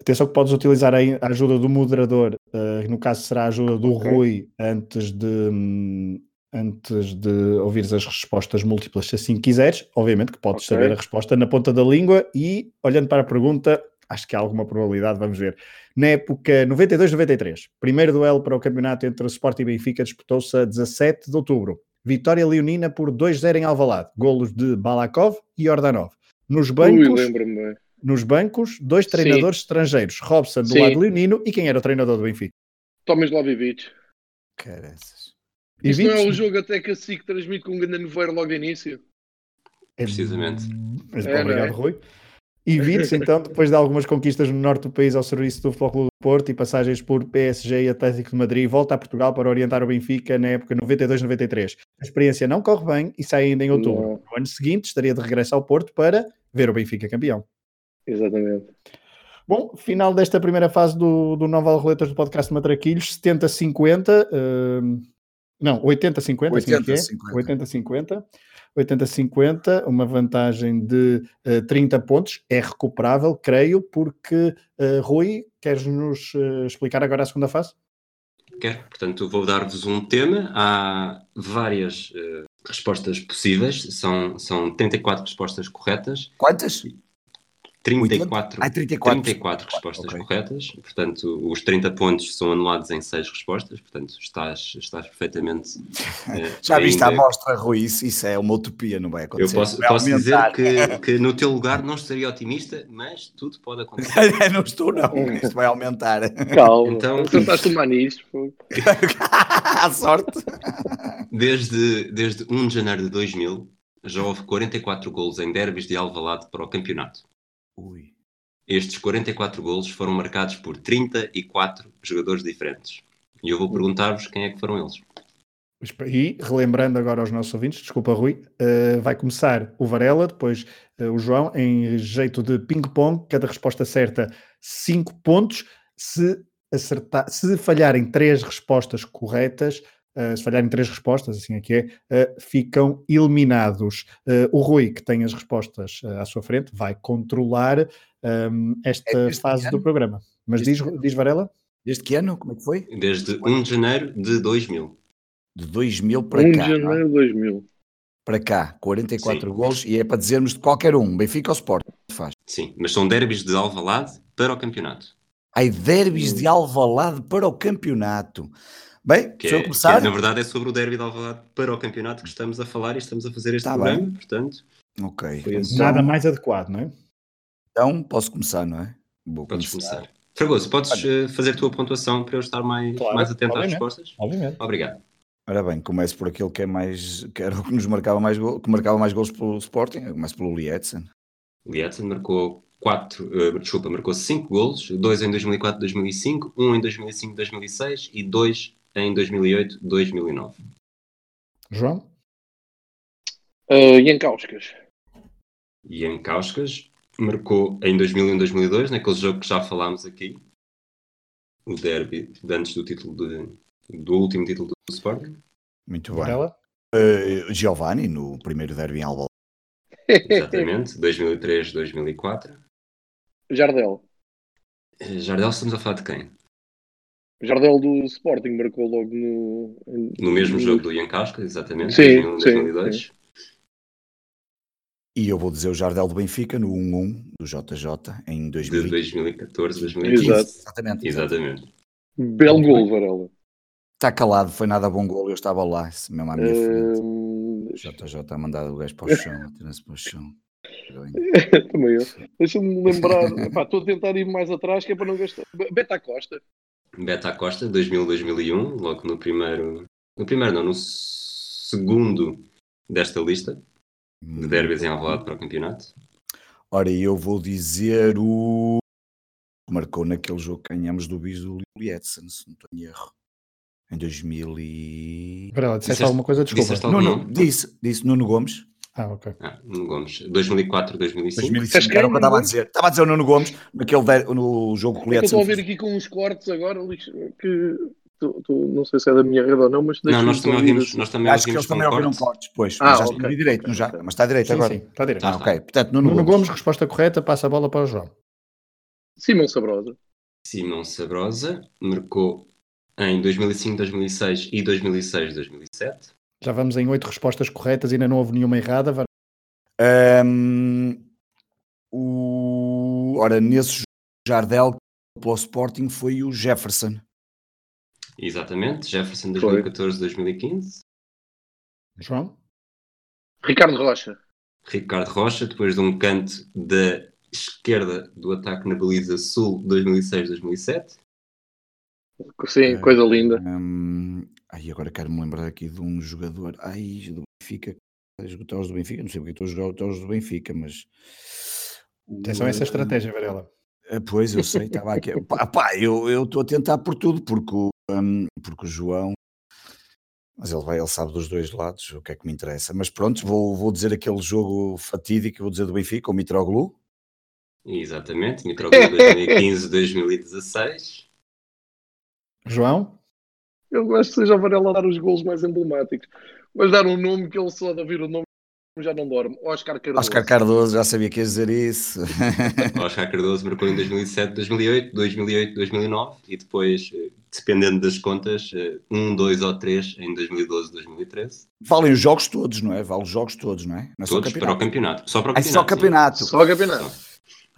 Atenção que podes utilizar a a ajuda do moderador, eh, no caso será a ajuda do
Ok.
Rui antes de hum, antes de ouvires as respostas múltiplas, se assim quiseres. Obviamente que podes
Ok.
saber a resposta na ponta da língua e olhando para a pergunta, acho que há alguma probabilidade, vamos ver. Na época 92-93, primeiro duelo para o campeonato entre Sport e Benfica disputou-se a 17 de outubro. Vitória leonina por 2-0 em Alvalade, golos de Balakov e Ordanov. Nos
ui,
bancos,
lembro-me é? bem.
nos bancos, dois
Sim.
treinadores estrangeiros, Robson do
Sim.
lado leonino e quem era o treinador do Benfica?
Tomas lá Vivic.
Caraças.
E
Isto não é
Vites-
o jogo até que a SIC transmite com um grande nevoeiro logo no início?
É-
Precisamente.
Mas,
É, não
obrigado,
é?
Rui. E Vites, então, depois de algumas conquistas no norte do país ao serviço do Futebol Clube do Porto e passagens por PSG e Atlético de Madrid, volta a Portugal para orientar o Benfica na época 92-93. A experiência não corre bem e sai ainda em outubro.
Não.
No ano seguinte, estaria de regresso ao Porto para ver o Benfica campeão.
Exatamente.
Bom, final desta primeira fase do, do Nova Roletas do podcast Matraquilhos, 70-50, hum, não, 80-50, assim é que é.
80-50.
80-50, 80-50, uma vantagem de eh, 30 pontos, é recuperável, creio, porque, eh, Rui, queres-nos eh, explicar agora a segunda fase?
Quero, portanto, vou dar-vos um tema. Há várias eh, respostas possíveis, são, são 34 respostas corretas,
Quantas?
34,
Ah, 34.
34 respostas
Ok.
corretas, portanto, os 30 pontos são anulados em 6 respostas, portanto, estás, estás perfeitamente. eh,
Já viste a
ainda-
amostra, Rui? Isso, isso é uma utopia, não vai
Eu
acontecer.
posso,
Vai
posso dizer que,
aumentar.
que no teu lugar não estaria otimista, mas tudo pode acontecer.
não estou, não. Isto vai aumentar.
Calma.
Então-
Então... Acertaste o Manis. pô.
À sorte.
Desde, desde 1 de janeiro de 2000, já houve 44 golos em derbys de Alvalade para o campeonato.
Ui.
Estes 44 golos foram marcados por 34 jogadores diferentes. E eu vou perguntar-vos quem é que foram eles.
E relembrando agora aos nossos ouvintes, desculpa, Rui, eh, vai começar o Varela, depois eh, o João, em jeito de ping-pong, cada resposta certa 5 pontos. Se, acertar, se falharem três respostas corretas, eh, se falharem três respostas, assim é que é, eh, ficam eliminados. Eh, o Rui, que tem as respostas eh, à sua frente, vai controlar ehm, esta
este
fase do
ano?
programa. Mas
Este
diz, diz Varela?
Desde que ano? Como é que foi?
Desde 1 de um janeiro de 2000.
De 2000 para
1 de
cá. não é?
janeiro de 2000.
para cá, 44 gols e é para dizermos de qualquer um, Benfica ou Sport, faz.
Sim, mas são derbys de Alvalade para o campeonato.
Ai, derbys de Alvalade para o campeonato. Bem,
Que
se eu
é-
começar,
que, na verdade é sobre o derby de Alvalade para o campeonato que estamos a falar e estamos a fazer este
Tá
programa,
bem.
portanto...
ok.
Foi assim. esse.
Nada mais adequado, não é?
Então posso começar, não é? Vou
Podes começar. Fragoso, podes eh, fazer a tua pontuação para eu estar mais,
Claro,
mais atento às
obviamente.
respostas?
Obviamente.
Obrigado.
Ora bem, começo por aquele que é mais, que era o que nos marcava mais, gol, que marcava mais gols pelo Sporting, eu começo pelo Lietzen.
Lietzen marcou 4, desculpa, marcou 5 golos, 2 em 2004, 2005, 1 em 2005, 2006 e 2 em 2008, 2009.
João?
Uh, Jankauskas.
Ian Kauskas marcou em 2001 e 2002, naquele jogo que já falámos aqui, o derby de antes do título de- do último título do Sporting.
Muito bem.
Varela?
Eh, Giovanni, no primeiro derby em Alba.
Exatamente, 2003, 2004.
Jardel.
Eh, Jardel, estamos a falar de quem?
Jardel do Sporting marcou logo no.
No mesmo jogo do Ian Kauskas, exatamente,
Sim,
2001 e
sim,
2002.
E eu vou dizer o Jardel do Benfica no 1-1 do JJ em
De
2015.
2014, 2015.
2015. Exato.
Exatamente.
Exatamente.
Belo gol, Varela.
Está Tá calado, foi nada bom gol, eu estava lá, esse mesmo à minha frente.
Hum,
JJ a mandar o gajo para o chão, atirando-se para o chão. Bem,
também eu. Deixa-me lembrar. Epá, Estou a tentar ir mais atrás, que é para não gastar. Be- Beta Costa. É
Beta Costa, 2000, 2001, logo no primeiro. No primeiro, não, no segundo desta lista de
Uhum.
derbys em Alvalade para o campeonato.
Ora, eu vou dizer o. que Marcou naquele jogo que ganhamos do Bis do Lietzen, se não estou em erro. Em 2000 e...
Varela, disseste
Disseste-
alguma coisa? Desculpa.
disseste
Não,
algum
não,
nome?
disse, disse Nuno Gomes.
Ah, ok.
Ah, Nuno Gomes. 2004, 2005.
2005, era o que eu estava a dizer. Estava a dizer o Nuno Gomes naquele der- no jogo que o
É que eu Estou a
Lietzen
ver
fez.
aqui com uns cortes agora, Luís, que tu- tu- não sei se é da minha rede ou não, mas
Não,
deixa-me
nós
só
também
ouvir
ouvimos.
assim.
Nós também
Acho que
ouvimos
eles também
com
ouviram
corte.
cortes depois.
Ah,
mas já
ok.
escrevi direito, não já? Mas está direito
Sim,
agora.
sim, está direito.
Ah, ok. Portanto, Nuno,
Nuno
Gomes.
Gomes, resposta correta, passa a bola para o João.
Simão Sabrosa.
Simão Sabrosa marcou em 2005, 2006 e 2006, 2007.
Já vamos em oito respostas corretas, ainda não houve nenhuma errada. Varela.
Ahm, o... Ora, nesse jogo, o Jardel pelo Sporting foi o Jefferson.
Exatamente. Jefferson,
Foi.
2014, 2015.
João?
Ricardo Rocha.
Ricardo Rocha, depois de um canto da esquerda do ataque na baliza sul 2006-2007.
Sim,
É.
Ah.
coisa linda.
Ahm, ai, agora quero-me lembrar aqui de um jogador. Ai, do Benfica. Esgotar os do Benfica. Não sei porque estou a jogar os do Benfica, mas.
Atenção a essa
Ah,
estratégia, Varela.
Ah, Pois, eu sei, estava aqui. é. Pá, pá, eu eu estou a tentar por tudo, porque, o- hum, porque o João. Mas ele, vai, ele sabe dos dois lados o que é que me interessa. Mas pronto, vou, vou dizer aquele jogo fatídico, vou dizer do Benfica, o Mitroglou.
Exatamente, Mitroglou 2015-2016.
João?
Eu gosto que seja a Varela a dar os golos mais emblemáticos. Mas dar um nome que ele só de ouvir o nome já não dorme. Oscar Cardoso.
Oscar Cardoso, já sabia que ia dizer isso.
Oscar Cardoso marcou em 2007, 2008, 2008, 2009 e depois, eh, dependendo das contas, eh, um, dois ou três em 2012, 2013.
Valem os jogos todos, não é? Valem os jogos todos, não é? Não é só
Todos para o
campeonato.
campeonato. Só para o
É só
campeonato. sim.
campeonato.
Só campeonato.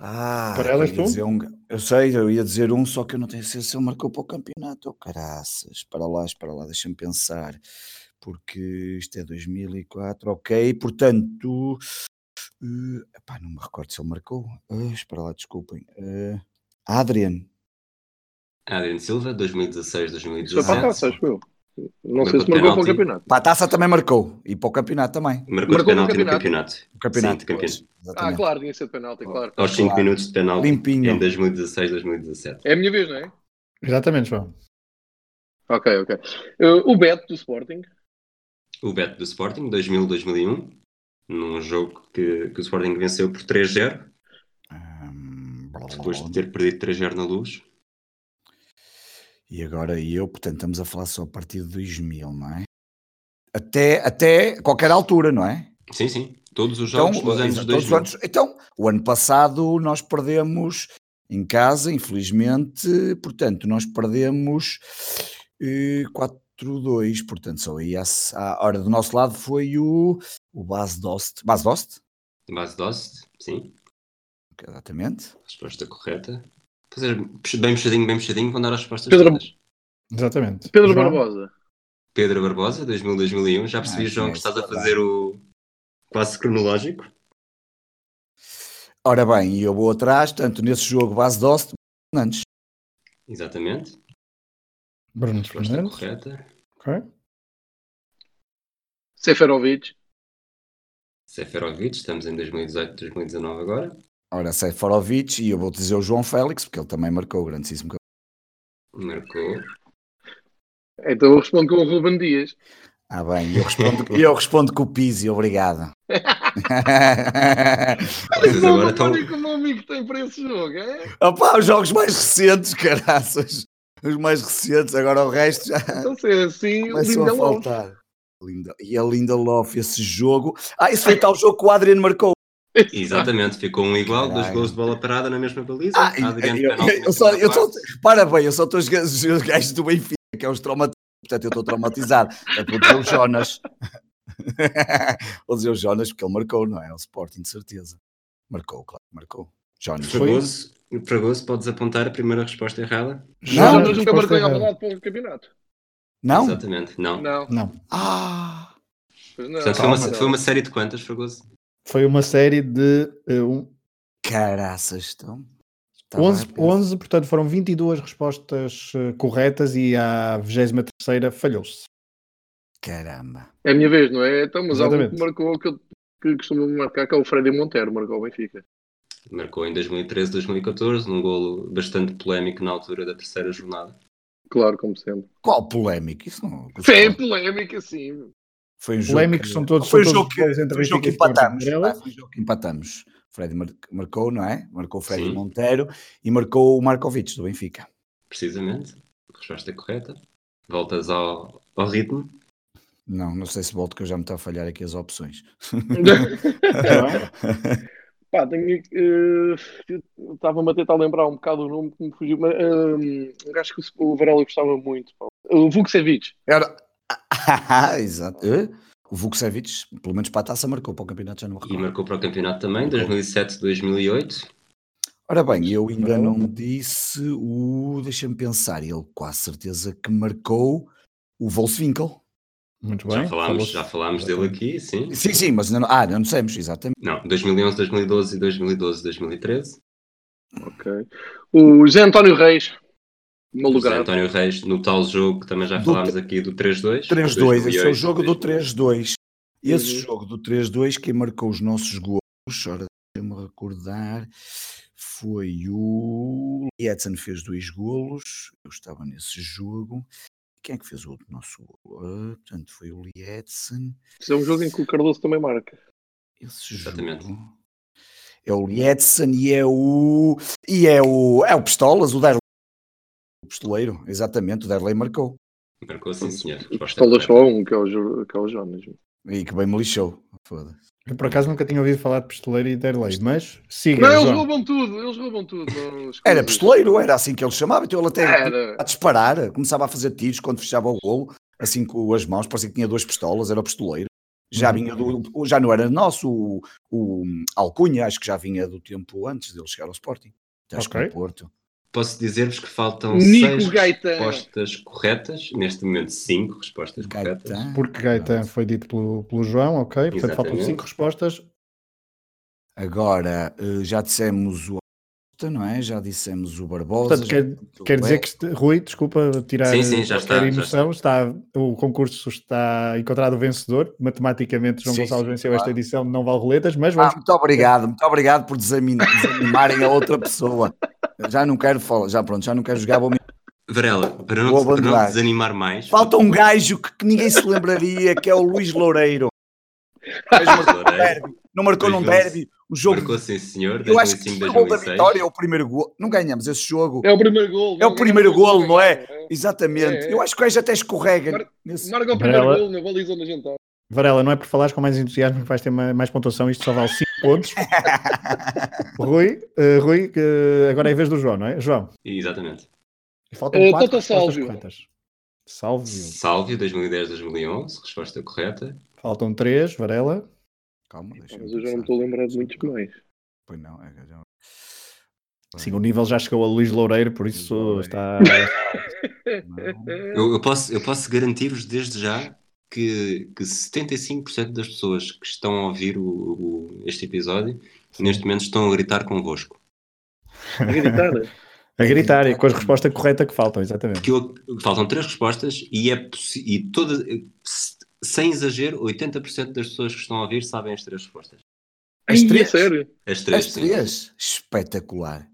Ah,
Para elas
eu,
tu?
ia dizer um, eu sei, eu ia dizer um, só que eu não tenho certeza se ele marcou para o campeonato. Oh, caraças, para lá, para lá, deixa-me pensar, porque isto é 2004, ok, portanto, eh, epá, não me recordo se ele marcou. Ah, espera lá, desculpem. eh, Adrian,
Adriano Silva, 2016,
Isto foi para a taça,
2017.
acho eu. Não
Foi
sei se
para
marcou para o
penalti.
campeonato.
para a taça também marcou, e para o campeonato também.
Marcou de
Marcou no
penalti no
campeonato.
campeonato.
O campeonato,
Sim, campeão.
pois,
Ah,
exatamente.
claro, tinha sido penalti, claro.
Aos 5
Claro.
minutos de penalti
Limpinho.
em 2016, 2017.
É a minha vez, não é?
Exatamente, João.
Ok, ok. Uh, o Beto do Sporting.
o Beto do Sporting, 2000-2001, num jogo que, que o Sporting venceu por 3-0,
Ahm, blá, blá,
depois de
blá.
ter perdido 3-0 na luz.
E agora eu, portanto, estamos a falar só a partir de 2000, não é? Até, até qualquer altura, não é?
Sim, sim, todos os
Então,
jogos dos anos
exato, todos os
2000.
anos- então, o ano passado nós perdemos em casa, infelizmente, portanto, nós perdemos eh, quatro- 4-2, portanto, só aí à, à hora do nosso lado foi o, o Bas Dost. Bas Dost?
Base Dost, sim,
Exatamente.
resposta correta. Fazer bem mexadinho, bem mexadinho, vão dar as respostas
Pedro-
todas.
Exatamente.
Pedro
João?
Barbosa.
Pedro Barbosa, 2000, 2001. Já percebi,
Ah,
João, que
conheço,
estás a
tá bem.
fazer o quase cronológico.
Ora bem, e eu vou atrás, tanto nesse jogo base Dost, Fernandes.
Exatamente.
Bruno
Resposta
Fernandes.
correta.
ok.
Seferovic.
Seferovic, estamos em 2018, 2019 agora.
Ora, Seferovic, e eu vou dizer o João Félix, porque ele também marcou o grandíssimo. gol.
Marcou.
Então eu respondo com o Ruben Dias.
Ah, bem, eu respondo, eu respondo com o Pizzi, obrigado.
Vocês
Não,
agora
não
estão.
podem que o meu amigo tem para esse jogo, é?
Opa, os jogos mais recentes, caraças. Os mais recentes, agora o resto já
Então se é assim, o
começou a
Lindelof.
faltar. Linda, e a Linda Love, esse jogo. Ah, esse foi tal jogo que o Adriano marcou.
Exatamente, ficou um igual, dois
Caralho.
gols de bola parada na mesma baliza.
Ah, e-
Adriano
eu,
penalti na
eu, eu só,
segunda
eu só,
parte.
para bem, eu só estou os gajos os gajos do Benfica, que é os traumatizados. Portanto, eu estou traumatizado. Eu vou dizer o Jonas. vou dizer o Jonas, porque ele marcou, não é? O Sporting, de certeza. Marcou, claro, que marcou. Jonas.
Foi-
Fragoso, Fragoso, podes apontar a primeira resposta errada?
Jonas,
Não, mas nunca
resposta
marquei ao
errada.
lado pelo campeonato.
Não?
Exatamente, não.
Não.
Não.
Ah!
Pois não.
Portanto, foi uma,
Não.
foi uma série de quantas, Fragoso?
Foi uma série de eh, um,
Caraças, então. estão. Tá
11, 11, portanto foram 22 respostas eh, corretas e a 23 falhou-se.
Caramba.
É a minha vez, não é? Então, mas há um que
Exatamente.
marcou que eu que costumo marcar, que é o Freddy Montero, marcou o Benfica.
Marcou em 2013, 2014, num golo bastante polémico na altura da terceira jornada.
Claro, como sempre.
Qual polémico? Isso não.
Sim, é polémico assim.
Foi um jogo.
Polémicos
que-
são todos,
Foi um
são
jogo
todos
que,
os golos entre
foi um jogo que
Benfica e Sporting
empatamos.
Varela.
pá, Foi um jogo que empatamos. Fred mar- marcou, não é? Marcou o Fred
Sim.
Monteiro e marcou o Markovic do Benfica.
Precisamente. Resposta correta. Voltas ao, ao ritmo.
Não, não sei se volto que eu já me está a falhar aqui as opções. É.
Pá, tenho. eh, eu Estava-me a tentar lembrar um bocado o nome que me fugiu, mas eh, um gajo que o- o Varela gostava muito. pá. O Vukcevic.
Era... Ah, Exato. Hã? O Vukcevic, pelo menos para a taça, marcou para o campeonato, já não
E
recordo.
marcou para o campeonato também, 2007, 2008.
Ora bem, eu ainda não disse o. Deixa-me pensar, ele com a certeza que marcou o Volkswinkel.
Muito
Já
bem.
falámos,
falou-se.
já falámos dele aqui, sim.
Sim, sim, mas ainda não. Ah, ainda não dissemos, exatamente.
Não, 2011, 2012 e 2012, 2013.
Ok. O José António Reis.
José
Malogrado.
António Reis, no tal jogo que também já
Do
falámos aqui do 3-2.
3-2, esse é o
2008,
jogo do 3-2. Esse
Uhum.
jogo do 3-2, quem marcou os nossos gols, ora, deixa-me recordar, foi o. Edson fez dois golos, eu estava nesse jogo. Quem é que fez o outro nosso gol? Ah, portanto, foi o Edson.
Isso é um jogo em que o Cardoso também marca.
Esse
Exatamente.
jogo. É o Edson e é o. E é o. É o Pistolas, o Derlei. O pistoleiro, exatamente, o Derlei marcou.
Marcou, sim, senhor. Resposta
Pistola
correta.
só um, que é o, Jo- que é o Jonas.
E que bem me lixou. Foda-se.
Eu por acaso nunca tinha ouvido falar de pistoleiro e Derlei, mas siga.
Não, eles
João.
roubam tudo, eles roubam tudo. não, as
Era
coisas.
pistoleiro, era assim que ele chamava, então ele até
Era.
a disparar, começava a fazer tiros quando fechava o golo, assim com as mãos, parecia que tinha duas pistolas, era o pistoleiro.
Uhum.
Já vinha do, já não era nosso, o, o hum, Alcunha, acho que já vinha do tempo antes dele chegar ao Sporting. Acho que
Ok.
no Porto.
Posso dizer-vos que faltam
Nico
seis
Gaetan.
respostas corretas. Neste momento, cinco respostas corretas.
Gaetan.
Porque Gaetan foi dito pelo, pelo João, ok? Portanto, faltam
Exatamente.
5 respostas.
Agora, eh, já dissemos o Costa, não é? Já dissemos o Barbosa.
Portanto,
já
quer-
dissemos é. o
Quer dizer
Beto.
que, este- Rui, desculpa tirar
Sim, sim, já
qualquer
está, já
emoção, está- o concurso está encontrado o vencedor, matematicamente João
Sim,
Gonçalves
sim,
venceu
claro.
esta edição de Não Vale Roletas, mas
Ah,
vamos...
muito obrigado, muito obrigado por desamin- desanimarem a outra pessoa. Já não quero falar, já pronto, já não quero jogar, vou
Varela, para não,
Vou
para não
abandonar.
desanimar mais.
Falta um gajo que, que ninguém se lembraria, que é o Luís Loureiro.
Varela,
Derby. Não marcou num
Luís Loureiro.
derby. O jogo.
é Marcou, sim, senhor.
eu acho que
2005,
o gol da
2006.
vitória é o primeiro gol. Não ganhamos esse jogo.
É o primeiro gol.
É o
não
primeiro
ganhamos,
golo, não é?
ganhamos.
Exatamente.
É, é.
Eu acho que o gajo até escorrega.
Mar-
nesse-
é. Marca o primeiro
Varela.
golo na baliza onde a gente tá. está.
Varela, não é por falares com mais entusiasmo que vais ter ma- mais pontuação, isto só vale 5 pontos. Rui, eh, Rui que agora é a vez do João, não é? João,
Exatamente.
faltam
Eh,
4
Toto
respostas
Sálvio.
corretas. Salvio.
Sálvio, 2010-2011, resposta correta.
Faltam três, Varela.
Calma, deixa
Mas eu já não estou a lembrar de muitos mais.
Pois não, é que já- Ah.
Sim, o nível já chegou a Luís Loureiro, por isso
Luís
está.
Não.
É.
Eu, eu posso, eu posso garantir-vos desde já que, que 75% das pessoas que estão a ouvir o- o- este episódio neste momento estão a gritar convosco.
A gritar.
A gritar e com a resposta correta que faltam, exatamente.
Porque eu- faltam três respostas e é possi- e toda, se- sem exagero, 80% das pessoas que estão a ouvir sabem as três respostas.
As
Ai,
três.
é sério?
As três.
As
sim.
três? Espetacular.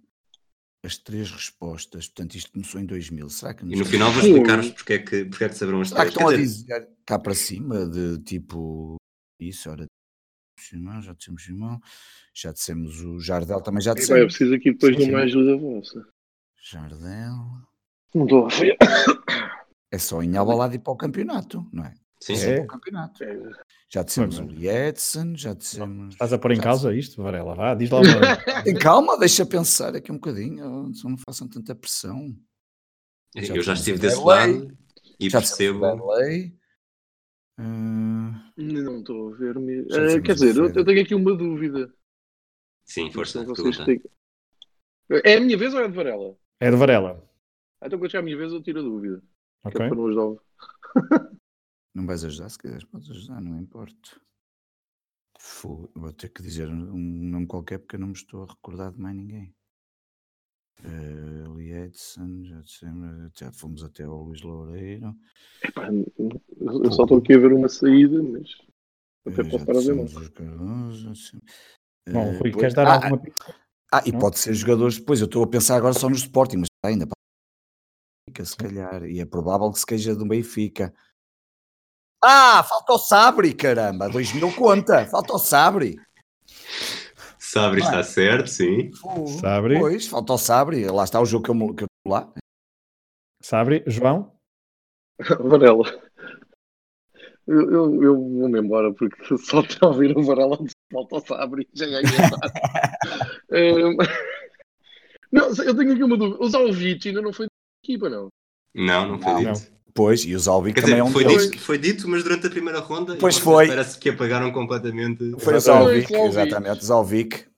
As três respostas. Portanto, isto começou em 2000. Será que
E no final vou explicar-vos porque é que, porque é que saberão as
Será que
três.
estão a
Quer dizer,
dizer cá para cima de tipo isso, ora Simão, já dissemos Simão, já dissemos o Jardel, também já
Pá, eu
dissemos.
preciso aqui depois
Sim,
de uma
sim.
ajuda vossa.
Jardel.
Não estou a ver.
É só em Alvalade e para o campeonato, não é?
sim,
só
sim.
É.
para o campeonato. Já dissemos
Muito
o Edson, já dissemos.
Estás a pôr em
já
causa isto, Varela? Vá, diz lá uma.
dissemos- Calma, deixa pensar aqui um bocadinho, só não façam tanta pressão.
Eu É, já estive desse
Belém.
lado e
É, já
percebo.
dissemos o Vanderlei. Ah,
Não estou a ver mesmo.
Já
Ah,
dissemos
quer dizer, eu,
terceiro.
eu tenho aqui uma dúvida.
Sim, força.
Então, vocês
pergunta.
têm- É a minha vez ou é a de Varela?
É de Varela.
Ah, Então, quando chegar a minha vez, eu tiro a dúvida. Que
Ok?
é para não ajudar.
Não vais ajudar, se quiseres, podes ajudar, não importa. Fogo, Vou ter que dizer um nome qualquer porque eu não me estou a recordar de mais ninguém. Eh, Lee Edson, já dissemos, já fomos até ao Luís Loureiro.
Epá, eu eu só estou aqui a ver uma saída, mas. Até
eh,
posso estar
já
a ver,
dissemos os Cardoso, já dissemos-
Bom,
Eh,
Rui,
pois-
queres dar
Ah,
alguma pista?
Ah, e
Não?
pode ser jogadores depois. Eu estou a pensar agora só no Sporting, mas ainda pá, Benfica, se calhar. E é provável que se queja do Benfica. Ah, falta o Sabri, caramba. 2 mil conta. Falta o Sabri.
Sabri
é?
está certo, sim.
Fogo.
Sabri?
Pois, falta o Sabri. Lá está o jogo que eu mo- que eu estou lá.
Sabre, João?
Varela. Eu, eu, eu vou-me embora porque só de ouvir o Varela de volta ao Sabre já ganhei. um, não, eu tenho aqui uma dúvida. O Zalvich ainda não foi da equipa, não.
Não, não foi
Não.
dito.
Pois, e o Zalbi
Quer
também
dizer,
é um
foi,
deles.
dito, foi dito, mas durante a primeira ronda
Pois
e vocês
foi.
parece que apagaram completamente.
Foi o
Exatamente.
Zalbic, exatamente, o Zalbic.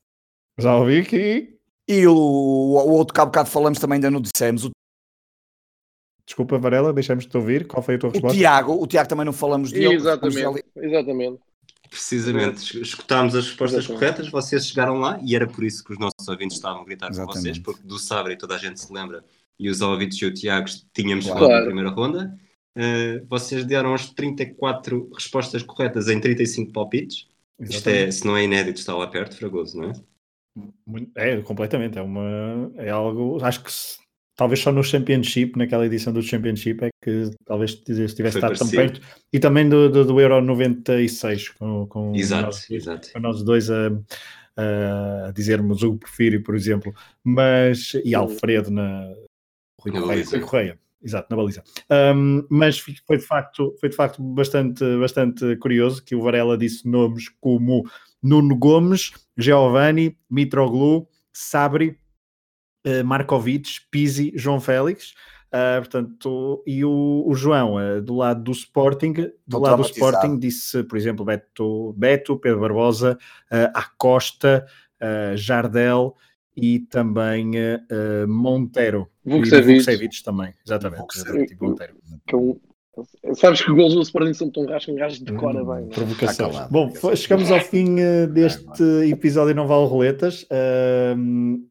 Já ouvi aqui.
E o, o outro que há bocado falamos também, ainda não dissemos. O,
Desculpa, Varela, deixamos-te ouvir. Qual foi a tua
o
resposta?
Tiago, é o Tiago também não falamos dele. falamos
exatamente,
dele.
exatamente.
Precisamente, es- escutámos as respostas
Exatamente.
corretas, vocês chegaram lá e era por isso que os nossos ouvintes estavam a gritar
Exatamente.
com vocês, porque do Sabre toda a gente se lembra e os ouvintes e o Tiago tínhamos
Claro.
falado na
Claro.
primeira ronda. Eh, vocês deram as 34 respostas corretas em 35 palpites. Isto é, se não é inédito, está lá perto, Fragoso, não é?
Muito- É, completamente. É, uma, é algo. Acho que se- talvez só no Championship, naquela edição do Championship, é que talvez se tivesse
Foi
estado tão
parecido.
perto. E também do, do, do Euro 96, com, com
Exato,
nós,
exato.
com nós dois a, a dizermos o Porfírio, por exemplo, mas. E Alfredo na. Rui
Uhum. Na
Correia,
baliza.
Rui Correia. Exato, na baliza. Ahm, mas fi- foi de facto, foi de facto bastante, bastante curioso que o Varela disse nomes como Nuno Gomes, Giovanni, Mitroglou, Sabri, eh, Markovic, Pizzi, João Félix. Ah, portanto, e o, o João, eh, do lado do Sporting, do lado do
Estou traumatizado.
Sporting, disse, por exemplo, Beto, Beto Pedro Barbosa, eh, Acosta, eh, Jardel e também eh, eh, Montero. E
Vukcevic.
Vukcevic também, exatamente.
Vukcevic.
E Montero.
que é um- Sabes que gols do Sporting são tão rascos, um gajo decora bem. não é?
Provocações.
Está calado.
Bom, foi- chegamos ao fim eh, deste episódio Não Vale Roletas ahm,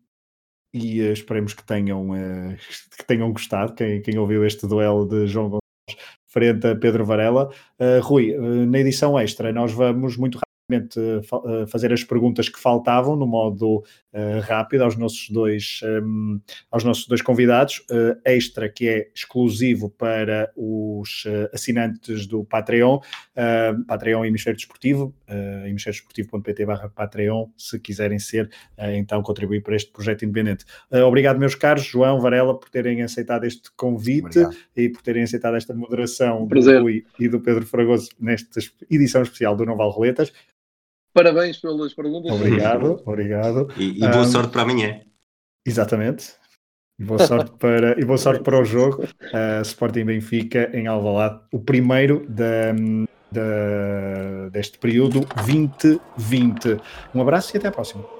e eh, esperemos que tenham, eh, que tenham gostado, quem, quem ouviu este duelo de João Gonçalves frente a Pedro Varela. Eh, Rui, eh, na edição extra nós vamos muito rapidamente eh, fa- eh, fazer as perguntas que faltavam no modo eh, rápido aos nossos dois ehm, aos nossos dois convidados, eh, extra que é exclusivo para os eh, assinantes do Patreon eh, Patreon Hemisfério Desportivo, uh, hemisfériodesportivo.pt barra Patreon, se quiserem ser, eh, então contribuir para este projeto independente. Eh, obrigado, meus caros, João, Varela, por terem aceitado este convite
Obrigado.
e por terem aceitado esta moderação do
Prazer.
Rui e do Pedro Fragoso nesta edição especial do Não Vale Roletas.
Parabéns pelas perguntas.
Obrigado, obrigado.
E, e boa
Ah.
sorte para amanhã.
Exatamente. E boa sorte para, e boa sorte para o jogo. Uh, Sporting Benfica em Alvalade, o primeiro da, da, deste período 2020. Um abraço e até à próxima.